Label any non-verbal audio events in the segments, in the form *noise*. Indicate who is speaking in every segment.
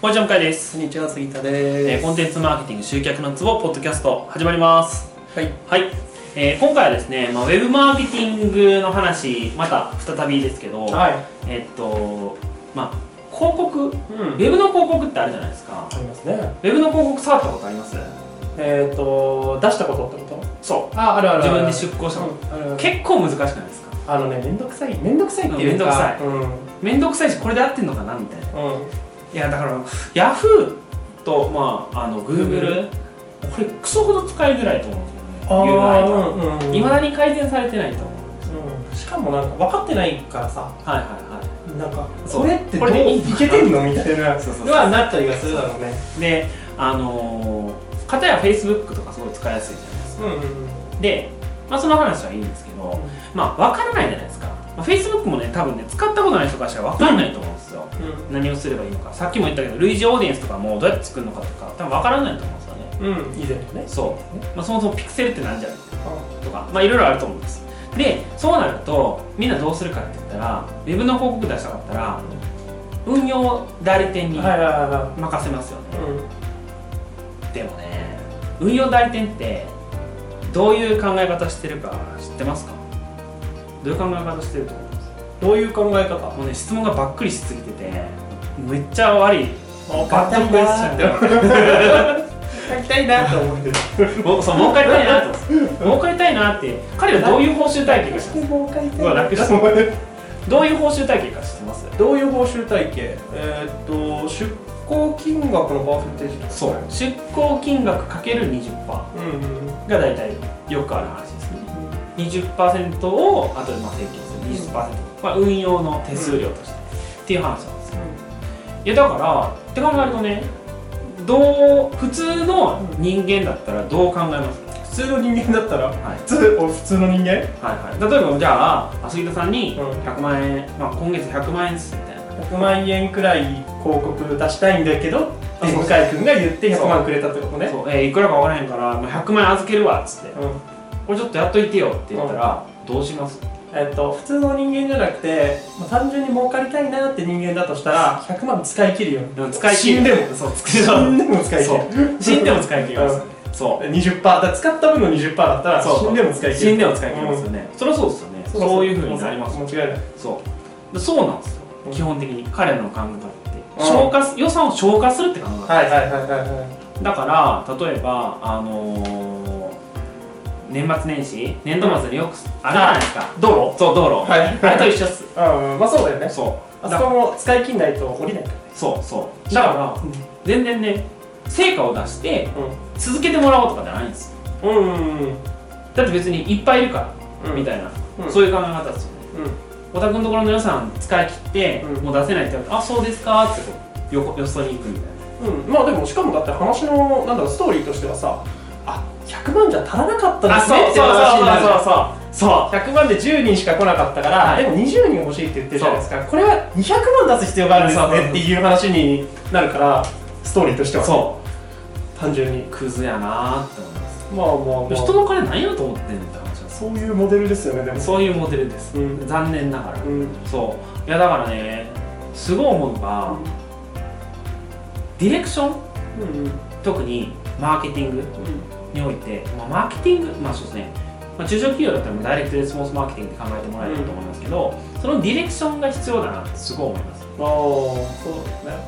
Speaker 1: こんにちは向井です、
Speaker 2: こんにちは杉田
Speaker 1: え
Speaker 2: で
Speaker 1: ー
Speaker 2: す。
Speaker 1: コンテンツマーケティング集客のツボポッドキャスト始まります
Speaker 2: はい。
Speaker 1: はい、えー今回はですね、まあ、ウェブマーケティングの話また再びですけど、
Speaker 2: は
Speaker 1: えっとまあ広告ウ
Speaker 2: い。うん。
Speaker 1: ェブの広告ってあるじゃないですか
Speaker 2: ありますね。
Speaker 1: ウェブの広告触ったことあります
Speaker 2: えっ、と出したことってこ
Speaker 1: そ
Speaker 2: と？ああるあ
Speaker 1: う
Speaker 2: る
Speaker 1: 自
Speaker 2: ある。
Speaker 1: 分で出稿したの
Speaker 2: うんあるある。
Speaker 1: 結構難しくないですか
Speaker 2: あのねめんどくさいめんどくさいっていうか。
Speaker 1: めんどくさいしこれで合ってんのかなみたいな
Speaker 2: うん。うん。
Speaker 1: いやだからヤフーとまああの Google、これクソほど使いづらいと思うんですよね UI が
Speaker 2: ーうんうん。
Speaker 1: いまだに改善されてないと思う
Speaker 2: うん。しかもなんか分かってないからさ、
Speaker 1: はいはいはい
Speaker 2: なんか
Speaker 1: そう
Speaker 2: それってど
Speaker 1: こ
Speaker 2: う
Speaker 1: れでいい
Speaker 2: いけてんのみたいな。
Speaker 1: そうそうそう
Speaker 2: はなったりはするだろうね。
Speaker 1: であのー、片や Facebook とかすごい使いやすいじゃないですか
Speaker 2: うんうん。
Speaker 1: で、まあ、その話はいいんですけど、まあ、分からないじゃないですか、まあ、Facebook もね多分ね使ったことない人からしたら分かんないと思うんですよ何をすればいいのかさっきも言ったけど類似オーディエンスとかもどうやって作るのかとか多分分からないと思うんですよね
Speaker 2: うん。うん。以前のね。
Speaker 1: そう、まあ、そもそもピクセルってなんじゃろうとかまあいろいろあると思うんですでそうなるとみんなどうするかって言ったらウェブの広告出したかったら運用代理店に
Speaker 2: はい
Speaker 1: 任
Speaker 2: はいはいは
Speaker 1: せますよね、
Speaker 2: い。うん。
Speaker 1: でもね運用代理店ってどういう考え方してるか知ってますかどういう考え方してると思います
Speaker 2: どういう考え方？
Speaker 1: もうね質問がばっくりしすぎててめっちゃ悪い
Speaker 2: あ
Speaker 1: バッドクエスチョンだよ
Speaker 2: 書きたいなと思ってる。
Speaker 1: もう *laughs* そう儲かりたいなと思って儲かりたいなって彼らどういう報酬体系か知ってま
Speaker 2: もう書
Speaker 1: な
Speaker 2: い
Speaker 1: 楽してすどういう報酬体系か知ってます
Speaker 2: どういう報酬体系えーっと出向金額のパーセンテージとか
Speaker 1: そう出向金額 ×20% が
Speaker 2: うんうん
Speaker 1: 大体よくある話ですね20%を後でまあ請求する20%、まあ、運用の手数料として、っていう話なんですよいやだからって考えるとねどう普通の人間だったらどう考えますか、
Speaker 2: 普通の人間だったら
Speaker 1: はい
Speaker 2: 普通俺普通の人間
Speaker 1: はいはい、例えばじゃあ杉田さんに
Speaker 2: うん
Speaker 1: 100万円、まあ、今月100万円ですみたいな
Speaker 2: 100万円くらい広告出したいんだけど
Speaker 1: あ
Speaker 2: で
Speaker 1: そう
Speaker 2: 向井君が言って100万くれたってことね
Speaker 1: そう、えーいくらか分からへんから、まあ、100万円預けるわっつって
Speaker 2: うん
Speaker 1: これちょっとやっといてよって言ったら、どうします
Speaker 2: えーっと普通の人間じゃなくて、まあ、単純に儲かりたいなって人間だとしたら100万使い切るよ
Speaker 1: でも使い切る
Speaker 2: 死んでも
Speaker 1: そう使い切
Speaker 2: 死
Speaker 1: る
Speaker 2: んでも使い切
Speaker 1: そ
Speaker 2: る
Speaker 1: う死んでも使い切りますよねそう
Speaker 2: 20%だから使った分の20%だったら
Speaker 1: そう
Speaker 2: 死んでも使い切る
Speaker 1: 死んでも使い切りますよね、そりゃそうですよねそういうふうになります
Speaker 2: 間違いない
Speaker 1: そうそうなんですよ、
Speaker 2: うん
Speaker 1: 基本的に彼らの考え方って
Speaker 2: うん
Speaker 1: 消化す予算を消化するって考え方、
Speaker 2: はいはいはいはいはい
Speaker 1: だから例えばあのー年末年始年度末によくあるじゃないですか、道路そう道路、
Speaker 2: はい
Speaker 1: あれと一緒っす
Speaker 2: うん、まあそうだよね
Speaker 1: そう
Speaker 2: あ
Speaker 1: だ
Speaker 2: そこも使い切んないと降りないか
Speaker 1: そうそうだから全然ね成果を出して
Speaker 2: ら
Speaker 1: 続けてもらおうとかじゃないんですよ
Speaker 2: うんうんうん
Speaker 1: だって別にいっぱいいるから、
Speaker 2: うん
Speaker 1: みたいな、
Speaker 2: うん
Speaker 1: そういう考え方ですよねお宅のところの予算使い切って、
Speaker 2: うん
Speaker 1: もう出せないって言われてあそうですかってこうよこよそに行くみたいな
Speaker 2: うん、うん、まあでもしかもだって話のなんだろうストーリーとしてはさあ100万じゃ足らなかったですねって話になるじゃん
Speaker 1: そうそうそうそうそう
Speaker 2: 100万で10人しか来なかったから、
Speaker 1: はい
Speaker 2: でも20人欲しいって言ってるじゃないですかこれは200万出す必要があるんです
Speaker 1: そうそう
Speaker 2: ねっていう話になるからストーリーとしては
Speaker 1: そ
Speaker 2: 単純
Speaker 1: う
Speaker 2: に
Speaker 1: クズやなーって思います
Speaker 2: まあまあまあ
Speaker 1: 人の金何やと思ってんのって話なんです
Speaker 2: そういうモデルですよねでも
Speaker 1: そういうモデルです、
Speaker 2: うん
Speaker 1: 残念ながら、
Speaker 2: うん
Speaker 1: そういやだからねすごい思うのが、
Speaker 2: うん
Speaker 1: ディレクション
Speaker 2: うん
Speaker 1: 特にマーケティングにおいて、まあ、マーケティングまあそうですね、まあ、中小企業だったらもうダイレクトレスポンスマーケティングって考えてもらえると思いますけど、そのディレクションが必要だなってすごい思います
Speaker 2: まあそうだね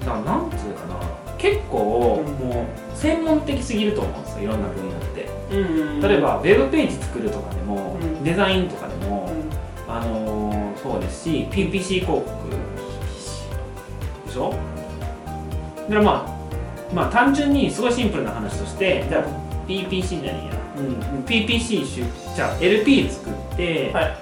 Speaker 1: だからなんていうかな結構
Speaker 2: うん
Speaker 1: もう専門的すぎると思うんですよいろんな分野って
Speaker 2: うん
Speaker 1: 例えばウェブページ作るとかでも、
Speaker 2: うん
Speaker 1: デザインとかでも、
Speaker 2: うん
Speaker 1: あのーそうですし PPC 広告でしょだからまあまあ単純にすごいシンプルな話としてじゃあ PPC 何や、うん、PPC 出じゃあ LP 作って、
Speaker 2: はい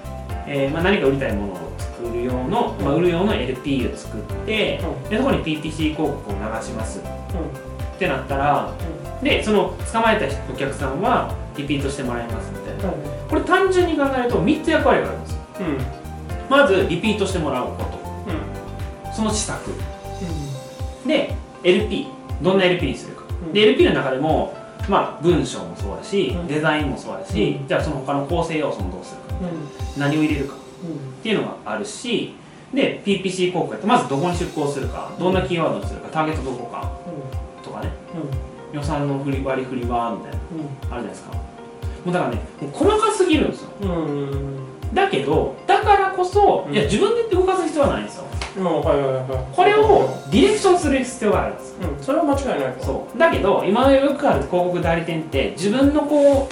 Speaker 1: えーまあ、何か売りたいものを作る用の、まあ、売る用の LP を作って、でそこに PPC 広告を流しますってなったらでその捕まえたお客さんはリピートしてもらいますみたいなこれ単純に考えると3つ役割があるんですよ
Speaker 2: うんうん
Speaker 1: まずリピートしてもらうこと
Speaker 2: うん
Speaker 1: その施策で LP どんな LP にするか、
Speaker 2: うん
Speaker 1: で LP の中でもまあ文章もそうだし、
Speaker 2: うん
Speaker 1: デザインもそうだし、
Speaker 2: う
Speaker 1: じゃあその他の構成要素もどうするか
Speaker 2: うん
Speaker 1: 何を入れるかっ
Speaker 2: うん
Speaker 1: ていうのがあるしで PPC 広告やってまずどこに出向するかどんなキーワードにするかターゲットどこかとかね予算の振り割り振りはみたいなあるじゃないですかもうだからねもう細かすぎるんですよ
Speaker 2: うんうんうん
Speaker 1: だけどだからこそ、
Speaker 2: うん
Speaker 1: いや自分で動かす必要はないんですよ
Speaker 2: まあはいはいはい
Speaker 1: これをディレクションする必要があるんです
Speaker 2: うんそれは間違いないと
Speaker 1: そうだけど今のよくある広告代理店って自分のこ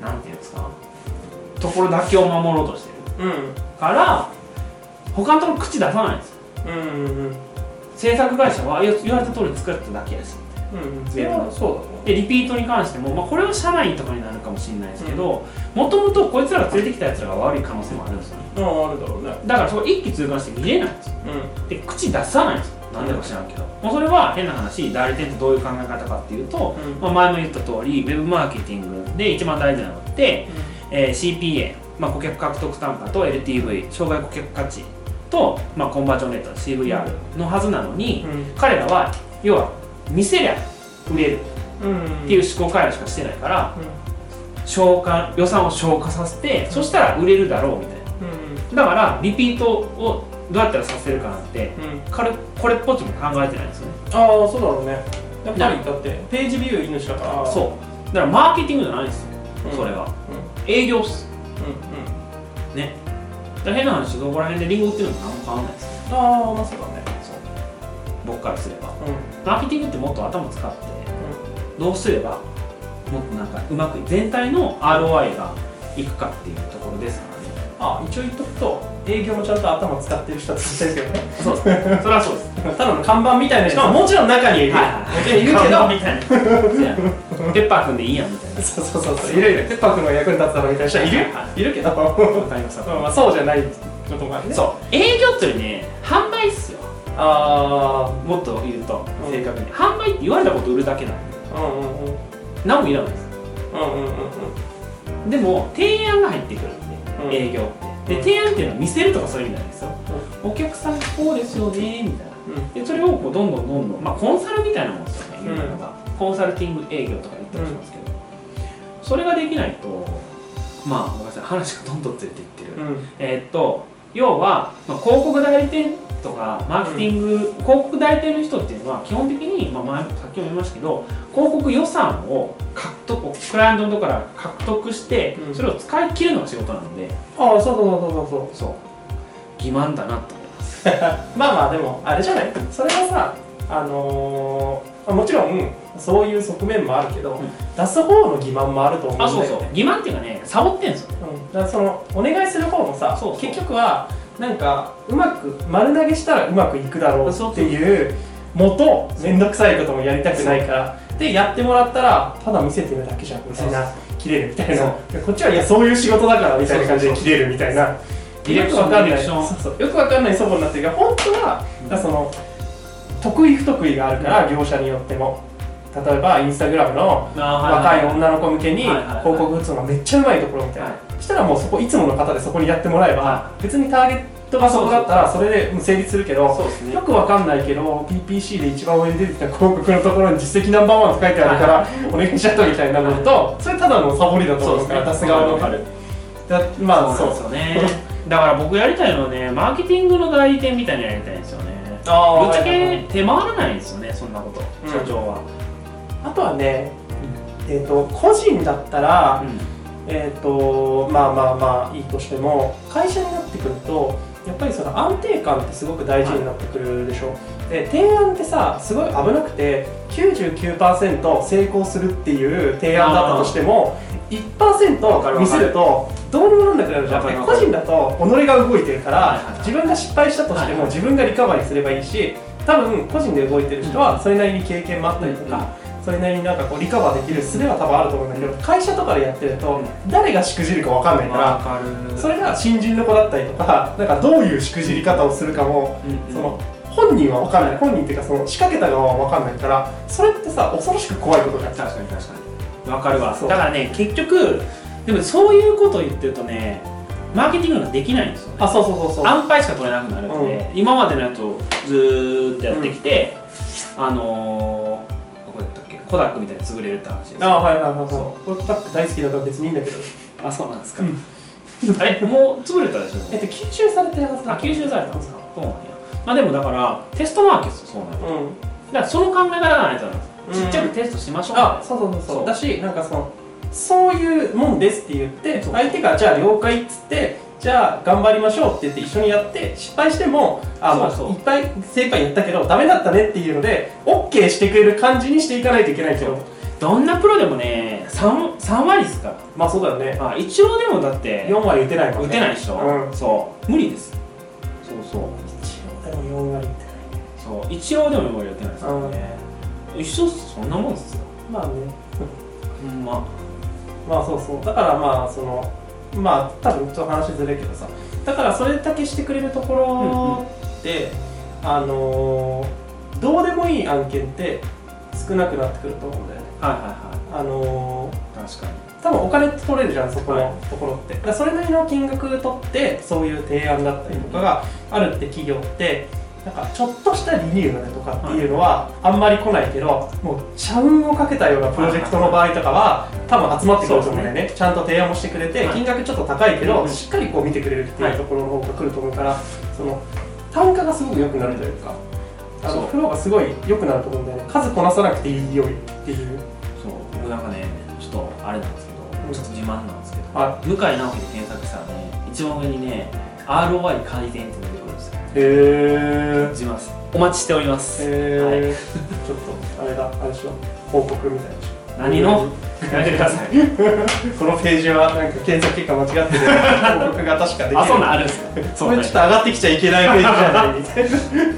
Speaker 1: うなんていうんですかところだけを守ろうとしてる
Speaker 2: うん
Speaker 1: から他のところ口出さないんですよ
Speaker 2: うんうんうん
Speaker 1: 制作会社はよ言われた通り作っただけやし
Speaker 2: うんそれはそうだと思
Speaker 1: でリピートに関しても、まあ、これは社内とかになるかもしれないですけどもともとこいつらが連れてきたやつらが悪い可能性もあるんですよね
Speaker 2: ううんあるだろうね
Speaker 1: だからそこ一気通貫して見れないんですよ
Speaker 2: う
Speaker 1: で口出さないんですよなんでか知らんけどもうそれは変な話代理店ってどういう考え方かっていうと、
Speaker 2: うん
Speaker 1: まあ、前も言った通りウェブマーケティングで一番大事なのって、えー CPA、まあ、顧客獲得単価と LTV 障害顧客価値と、まあ、コンバージョンレート CVR のはずなのに、
Speaker 2: んうん
Speaker 1: 彼らは要は見せりゃ売れる
Speaker 2: うん
Speaker 1: っていう思考回路しかしてないから
Speaker 2: うん
Speaker 1: 消化予算を消化させてそしたら売れるだろうみたいな
Speaker 2: う
Speaker 1: だからリピートをどうやったらさせるかなんて
Speaker 2: んうんうん
Speaker 1: 彼これっぽっちも考えてないんですよね
Speaker 2: ああそうだろうねやっぱりだってページビュー命だからう
Speaker 1: そうだからマーケティングじゃないんですよ
Speaker 2: うん
Speaker 1: それは
Speaker 2: うん
Speaker 1: 営業っす
Speaker 2: うんうん
Speaker 1: ねだから変な話そこら辺でリンゴ売ってるのと何も変わんないです
Speaker 2: ああまあそうだね
Speaker 1: 僕からすれば
Speaker 2: うん
Speaker 1: マーケティングってもっと頭使ってどうすればもっとなんかうまく全体の ROI がいくかっていうところですからね
Speaker 2: あ一応言っとくと営業もちゃんと頭使ってる人たちですけどね
Speaker 1: そうです *laughs* ね。それはそうです。
Speaker 2: *laughs* ただの看板みたいな人ももちろん中にいる、
Speaker 1: はい
Speaker 2: い、るけど
Speaker 1: みたい *laughs* な。ペッパー君でいいやんみたいな。
Speaker 2: そうそうそうそういるいるペッパー君が役に立つだろうみたいな人 *laughs* はいる
Speaker 1: はい
Speaker 2: るけどま
Speaker 1: わかりました。
Speaker 2: あまあそうじゃないこともあるね
Speaker 1: そう。営業っていうよりね、販売っすよ。
Speaker 2: あ
Speaker 1: もっと言うと
Speaker 2: うん
Speaker 1: 正確に、販売って言われたこと売るだけなんで、
Speaker 2: あうんうんうん
Speaker 1: 何もいらないです。
Speaker 2: うんうんうんうん
Speaker 1: でも提案が入ってくるんで、
Speaker 2: うん
Speaker 1: 営業って。で提案っていうのは見せるとかそういう意味なんですよ。お客さんこうですよねみたいな。でそれをこうどんどんどんどん、まあ、コンサルみたいなもんですよね、
Speaker 2: うん
Speaker 1: 言うのがコンサルティング営業とか言ったりしますけど、それができないとまあごめんなさい話がどんどんずれていってる、
Speaker 2: うんうん
Speaker 1: えーっと要は、まあ、広告代理店とかマーケティング、広告代理店の人っていうのは基本的に、まあ、前さっきも言いましたけど広告予算を獲得クライアントのところから獲得して、
Speaker 2: うん
Speaker 1: それを使い切るのが仕事なので
Speaker 2: ああそうそうそうそうそ
Speaker 1: そう欺瞞だなと思います
Speaker 2: うまあまあでもあれじゃないそれはさあのーまあもちろんそういう側面もあるけど、
Speaker 1: うん
Speaker 2: 出す方の欺瞞もあると思うんだ
Speaker 1: あ
Speaker 2: よね
Speaker 1: そうそう欺瞞っていうかねサボってんすよ
Speaker 2: うん、だからそのお願いする方もさ
Speaker 1: そうそう
Speaker 2: 結局はなんかうまく丸投げしたらうまくいくだろう
Speaker 1: そうそう
Speaker 2: っていうもと面倒くさいこともやりたくないからでやってもらったらただ見せてるだけじゃんみたいな切れるみたい
Speaker 1: そ
Speaker 2: なでこっちはいやそういう仕事だからみたいな感じ
Speaker 1: そうそ
Speaker 2: で
Speaker 1: うそう
Speaker 2: 切れるみたいな
Speaker 1: ディレクション
Speaker 2: よくわかん
Speaker 1: ディ
Speaker 2: な
Speaker 1: レ
Speaker 2: い
Speaker 1: クシ
Speaker 2: そ
Speaker 1: ョン
Speaker 2: うそうよくわかんない祖母になってるけど本当はだからその得意不得意があるから業者によっても例えばインスタグラムの若い女の子向けに
Speaker 1: はいはいはい
Speaker 2: 広告打つのがめっちゃうまいところみたいな、
Speaker 1: はい
Speaker 2: そしたらもうそこいつもの方でそこにやってもらえば、
Speaker 1: は
Speaker 2: 別にターゲットがそこだったらそれで成立するけど
Speaker 1: そうですね
Speaker 2: よくわかんないけど PPC で一番上に出てきた広告のところに実績ナンバーワンって書いてあるから、お願いしちゃったみたいなのと、それただのサボりだと思うから出す側の
Speaker 1: る
Speaker 2: だまあそ
Speaker 1: そうなん
Speaker 2: う
Speaker 1: ですよねだから僕やりたいのはねマーケティングの代理店みたいにやりたいんですよねぶ
Speaker 2: あー
Speaker 1: っちゃけ手回らないんですよねそんなこと
Speaker 2: うん
Speaker 1: 社長は
Speaker 2: あとはね、えー、と個人だったら、えー、とまあまあまあいいとしても会社になってくるとやっぱりその安定感ってすごく大事になってくるでしょ、で提案ってさすごい危なくて99%成功するっていう提案だったとしても
Speaker 1: かる
Speaker 2: 1%
Speaker 1: わ
Speaker 2: ミ
Speaker 1: か
Speaker 2: ス
Speaker 1: る
Speaker 2: るとどうにもなんなくなるじゃん
Speaker 1: わかるわか
Speaker 2: 個
Speaker 1: る
Speaker 2: 人だと己が動いてるから、
Speaker 1: はいはいはい
Speaker 2: 自分が失敗したとして
Speaker 1: はいは
Speaker 2: も自分がリカバリーすればいいし多分個人で動いてる人はそれなりに経験もあったりとか、それなりになんかこうリカバーできる術は多分あると思うんだけど会社とかでやってると誰がしくじるかわかんないから
Speaker 1: かる
Speaker 2: それが新人の子だったりとかなんかどういうしくじり方をするかもその本人はわかんない本人っていうかその仕掛けた側はわかんないからそれってさ恐ろしく怖いことじゃん
Speaker 1: 確かに確かにわかるわ
Speaker 2: そ
Speaker 1: だ
Speaker 2: う
Speaker 1: からね結局でもそういうことを言ってるとねマーケティングができないんですよね
Speaker 2: あそうそうそうそう
Speaker 1: 安牌しか取れなくなるんで、今までのやつをずーっとやってきて、あのー、どこだったっけコダックみたいに潰れるって話です
Speaker 2: あはいはいはい
Speaker 1: そ
Speaker 2: はい俺タック大好きだから別にいいんだけど
Speaker 1: あそうなんですか、
Speaker 2: うん
Speaker 1: あれもう潰れたでしょ
Speaker 2: えっと吸収されてるはずだ
Speaker 1: あ吸収されたんですかそうなんやまあでもだからテストマーケットそうなんやだ
Speaker 2: うん
Speaker 1: からその考え方がないとなちっちゃくテストしましょう
Speaker 2: あそうそうそうそう
Speaker 1: そう
Speaker 2: だしなんかそのそういうもんですって言って
Speaker 1: そう
Speaker 2: 相手がじゃあ了解っつってじゃあ頑張りましょうって言って一緒にやって失敗してもあまあ
Speaker 1: そうそう
Speaker 2: いっぱい精一杯やったけどダメだったねっていうので OK してくれる感じにしていかないといけないけど
Speaker 1: どんなプロでもね 3, 3割ですか
Speaker 2: まあそうだよね
Speaker 1: らあ一応でもだって
Speaker 2: 4割打てないもんね
Speaker 1: 打てないでしょ、
Speaker 2: うん
Speaker 1: そう無理ですそうそう
Speaker 2: 一応でも4割打
Speaker 1: そう一応でも4割打て
Speaker 2: てない
Speaker 1: ないですからね、一緒っすそんなもんですよ
Speaker 2: まあね
Speaker 1: ほんま
Speaker 2: まあそうそうだからまあそのまあ多分ちょっと話ずれるけどさだからそれだけしてくれるところって、あのーどうでもいい案件って少なくなってくると思うんだよね
Speaker 1: はいは
Speaker 2: あのー
Speaker 1: いはい確かに
Speaker 2: 多分お金って取れるじゃんそこ
Speaker 1: は
Speaker 2: のところって、だからそれなりの金額取ってそういう提案だったりとかがあるって企業ってなんかちょっとしたリニューアルとかっていうのはあんまり来ないけど、もう社運をかけたようなプロジェクトの場合とかは多分集まってくると思うんだよねちゃんと提案もしてくれて、
Speaker 1: はい
Speaker 2: 金額ちょっと高いけど、
Speaker 1: うん
Speaker 2: しっかりこう見てくれるっていうところの方が来ると思うから、その単価がすごく良くなるというかあ
Speaker 1: そ
Speaker 2: の
Speaker 1: う
Speaker 2: フローがすごい良くなると思うんだよね数こなさなくていいよりっていう
Speaker 1: そう僕なんかねちょっとあれなんですけどちょっと自慢なんですけど、
Speaker 2: は
Speaker 1: 向井直樹で検索したらね一番上にね ROI 改善って出てくるんですよ
Speaker 2: へえ
Speaker 1: 自慢ですお待ちしております、
Speaker 2: えー、ちょっとあれだあれでしょ報告みたいなでしょ
Speaker 1: 何のやめてください
Speaker 2: このページはなんか検索結果間違ってて報告が確かできない
Speaker 1: あそんなんあるんですか
Speaker 2: こ
Speaker 1: *laughs* そう
Speaker 2: れ
Speaker 1: なん
Speaker 2: ちょ
Speaker 1: や
Speaker 2: っと上がってきちゃいけないページじゃないみたいな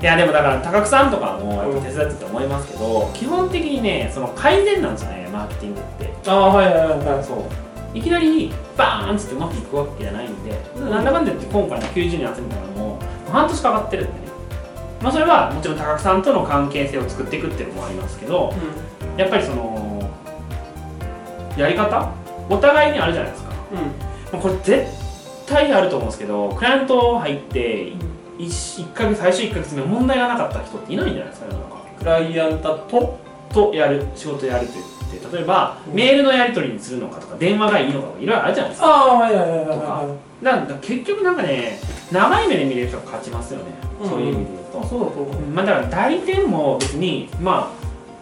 Speaker 1: いやでもだから高久さんとかもやっぱ手伝ってて思いますけど、基本的にねその改善なんですよねマーケティングって
Speaker 2: *laughs* ああはいはいはいはい
Speaker 1: そういきなりバーンっつってうまくいくわけじゃないんで、なんだかんだ言って今回の90人集めたのも半年かかってるんでねまあそれはもちろん高久さんとの関係性を作っていくっていうのもありますけどやっぱりそのやり方お互いにあるじゃないですか
Speaker 2: う
Speaker 1: もうこれ絶対あると思うんですけどクライアント入って
Speaker 2: ん、
Speaker 1: 1, ヶ月最初1ヶ月目問題がなかった人っていないんじゃないですかねなんか
Speaker 2: クライアントと
Speaker 1: とやる仕事やるって言って例えば、
Speaker 2: うん
Speaker 1: メールのやり取りにするのかとか電話がいいのかとかいろいろあるじゃないですか
Speaker 2: ああはいはいはいはい
Speaker 1: と
Speaker 2: は
Speaker 1: なんか結局なんかね長い目で見れる人が勝ちますよね、
Speaker 2: うん
Speaker 1: そういう意味で言う
Speaker 2: いあ
Speaker 1: と、
Speaker 2: そうだと思う
Speaker 1: まあ、だから代理店も別にま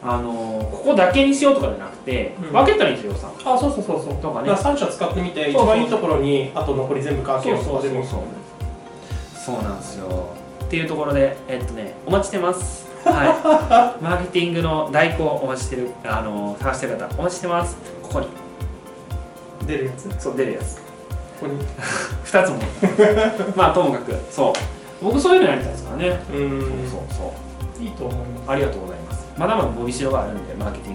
Speaker 1: ああのーここだけにしようとかじゃなくて、
Speaker 2: うん
Speaker 1: 分けたりしようさん
Speaker 2: あそうそうそうそう
Speaker 1: とかね
Speaker 2: だから3社使ってみて一
Speaker 1: そうそう
Speaker 2: 番いいところにあと残り全部関係を
Speaker 1: そうそうそうそうそうなんですよっていうところでえっとねお待ちしてますはい *laughs* マーケティングの代行お待ちしてるあのー探してる方お待ちしてますここに
Speaker 2: 出るやつこ
Speaker 1: そう出るやつ
Speaker 2: こに
Speaker 1: 2つも *laughs* まあともかくそう僕そういうのやりたいですからね、
Speaker 2: うん
Speaker 1: そうそうそう
Speaker 2: いいと思います
Speaker 1: ありがとうございますまだまだ伸びしろがあるんでマーケティ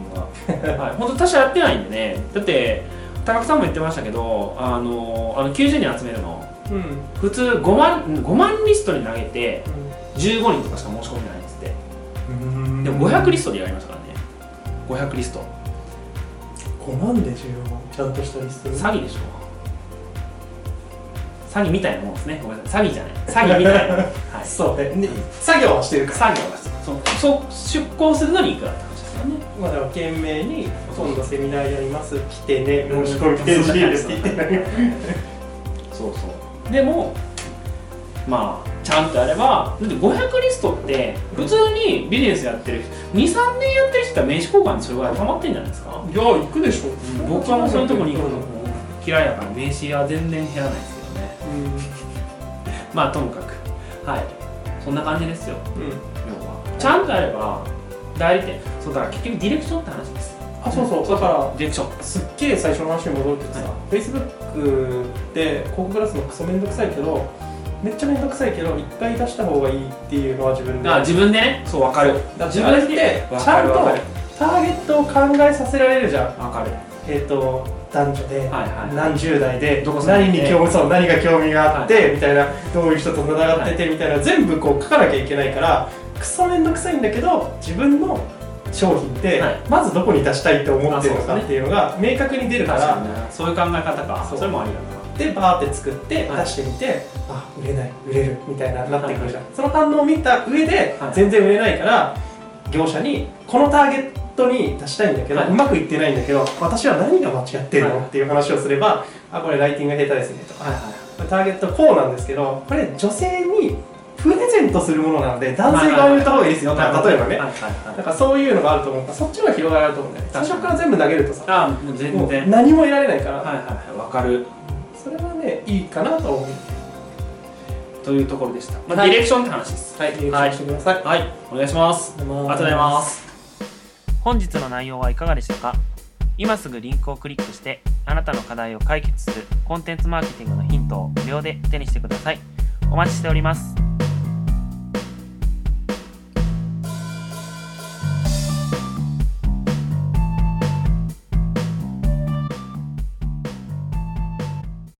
Speaker 1: ング *laughs* ははい本当他社やってないんでねだって高久さんも言ってましたけどあのあの90人集めるの
Speaker 2: うん、うん
Speaker 1: 普通5万5万リストに投げて15人とかしか申し込みないんですってでも500リストでやりましたからね500リスト
Speaker 2: 5万で10万ちゃんとしたリスト
Speaker 1: 詐欺でしょ詐欺みたいなもんですねごめんなさい詐欺じゃない詐欺み
Speaker 2: *laughs*
Speaker 1: たいな、はい、
Speaker 2: そうねね作業はしてるから
Speaker 1: 作業がそうそう出向するのにいくらって話ですよね
Speaker 2: まあだから懸命に今度セミナーやります来てね申し込みペ
Speaker 1: ペ
Speaker 2: ー
Speaker 1: ー
Speaker 2: ジ
Speaker 1: ジ
Speaker 2: いいですって言ってね
Speaker 1: *laughs* そうそうでもまあちゃんとやればだって500リストって普通にビジネスやってる人23年やってる人は名刺交換にそれぐらい溜まってんじゃないですか
Speaker 2: いや行くでしょ
Speaker 1: 僕はもうそういうとこに行くの嫌いやから名刺は全然減らないですけどねまあともかくはいそんな感じですよ
Speaker 2: うん、うん、
Speaker 1: 要はちゃんとやれば代理店そうだから結局ディレクションって話です
Speaker 2: あそうそうだから
Speaker 1: ディレクション
Speaker 2: すっげえ最初の話に戻るけどさ、
Speaker 1: は
Speaker 2: Facebook って広告出すのクソめんどくさいけどめっちゃめんどくさいけど一回出した方がいいっていうのは自分で
Speaker 1: あ自分でねそう分かる
Speaker 2: だってあれってちゃんとターゲットを考えさせられるじゃん
Speaker 1: 分かる
Speaker 2: えー、と男女で
Speaker 1: はいはい
Speaker 2: 何十代で
Speaker 1: どこ住ん
Speaker 2: 何
Speaker 1: で
Speaker 2: に
Speaker 1: て
Speaker 2: 興味そう何が興味があっ
Speaker 1: は
Speaker 2: てみたいなどういう人と繋がっててみたいな全部こう書かなきゃいけないからクソめんどくさいんだけど自分の商品って
Speaker 1: はい
Speaker 2: まずどこに出したいって思ってるの
Speaker 1: あそう
Speaker 2: か
Speaker 1: で
Speaker 2: っ
Speaker 1: すね
Speaker 2: ていうのが明確に出るか
Speaker 1: 確からにねそういう考え方か
Speaker 2: そう
Speaker 1: それもありだな
Speaker 2: でバーって作って
Speaker 1: はい
Speaker 2: 出してみてあ売れない売れるみたいななってくるじゃん
Speaker 1: は
Speaker 2: その反応を見た上で
Speaker 1: はい
Speaker 2: 全然売れないから業者にこのターゲッ当に出したいんだけど、
Speaker 1: はいう
Speaker 2: まくいってないんだけど私は何が間違ってるの、
Speaker 1: はい
Speaker 2: っていう話をすればあこれライティング下手ですねと
Speaker 1: は
Speaker 2: か
Speaker 1: いはい
Speaker 2: ターゲットこうなんですけどこれ女性にプレゼントするものなので男性側に言った方がいいですよとか例えばね
Speaker 1: はいはい
Speaker 2: なん
Speaker 1: はい
Speaker 2: かそういうのがあると思うからそっちの方が広がると思うんだよね最
Speaker 1: 確かに
Speaker 2: 初から全部投げるとさ
Speaker 1: あもう
Speaker 2: も
Speaker 1: 全
Speaker 2: う
Speaker 1: 然
Speaker 2: 何も得られないから、
Speaker 1: はいはいはいわかる
Speaker 2: それはねいいかなと思う
Speaker 1: というところでした、まあ
Speaker 2: はい
Speaker 1: ディレクションって話です
Speaker 2: はい入力してください、
Speaker 1: はいお願いします
Speaker 2: ありがとう
Speaker 1: ありがとうございます本日の内容はいかがでしたか今すぐリンクをクリックしてあなたの課題を解決するコンテンツマーケティングのヒントを無料で手にしてくださいお待ちしております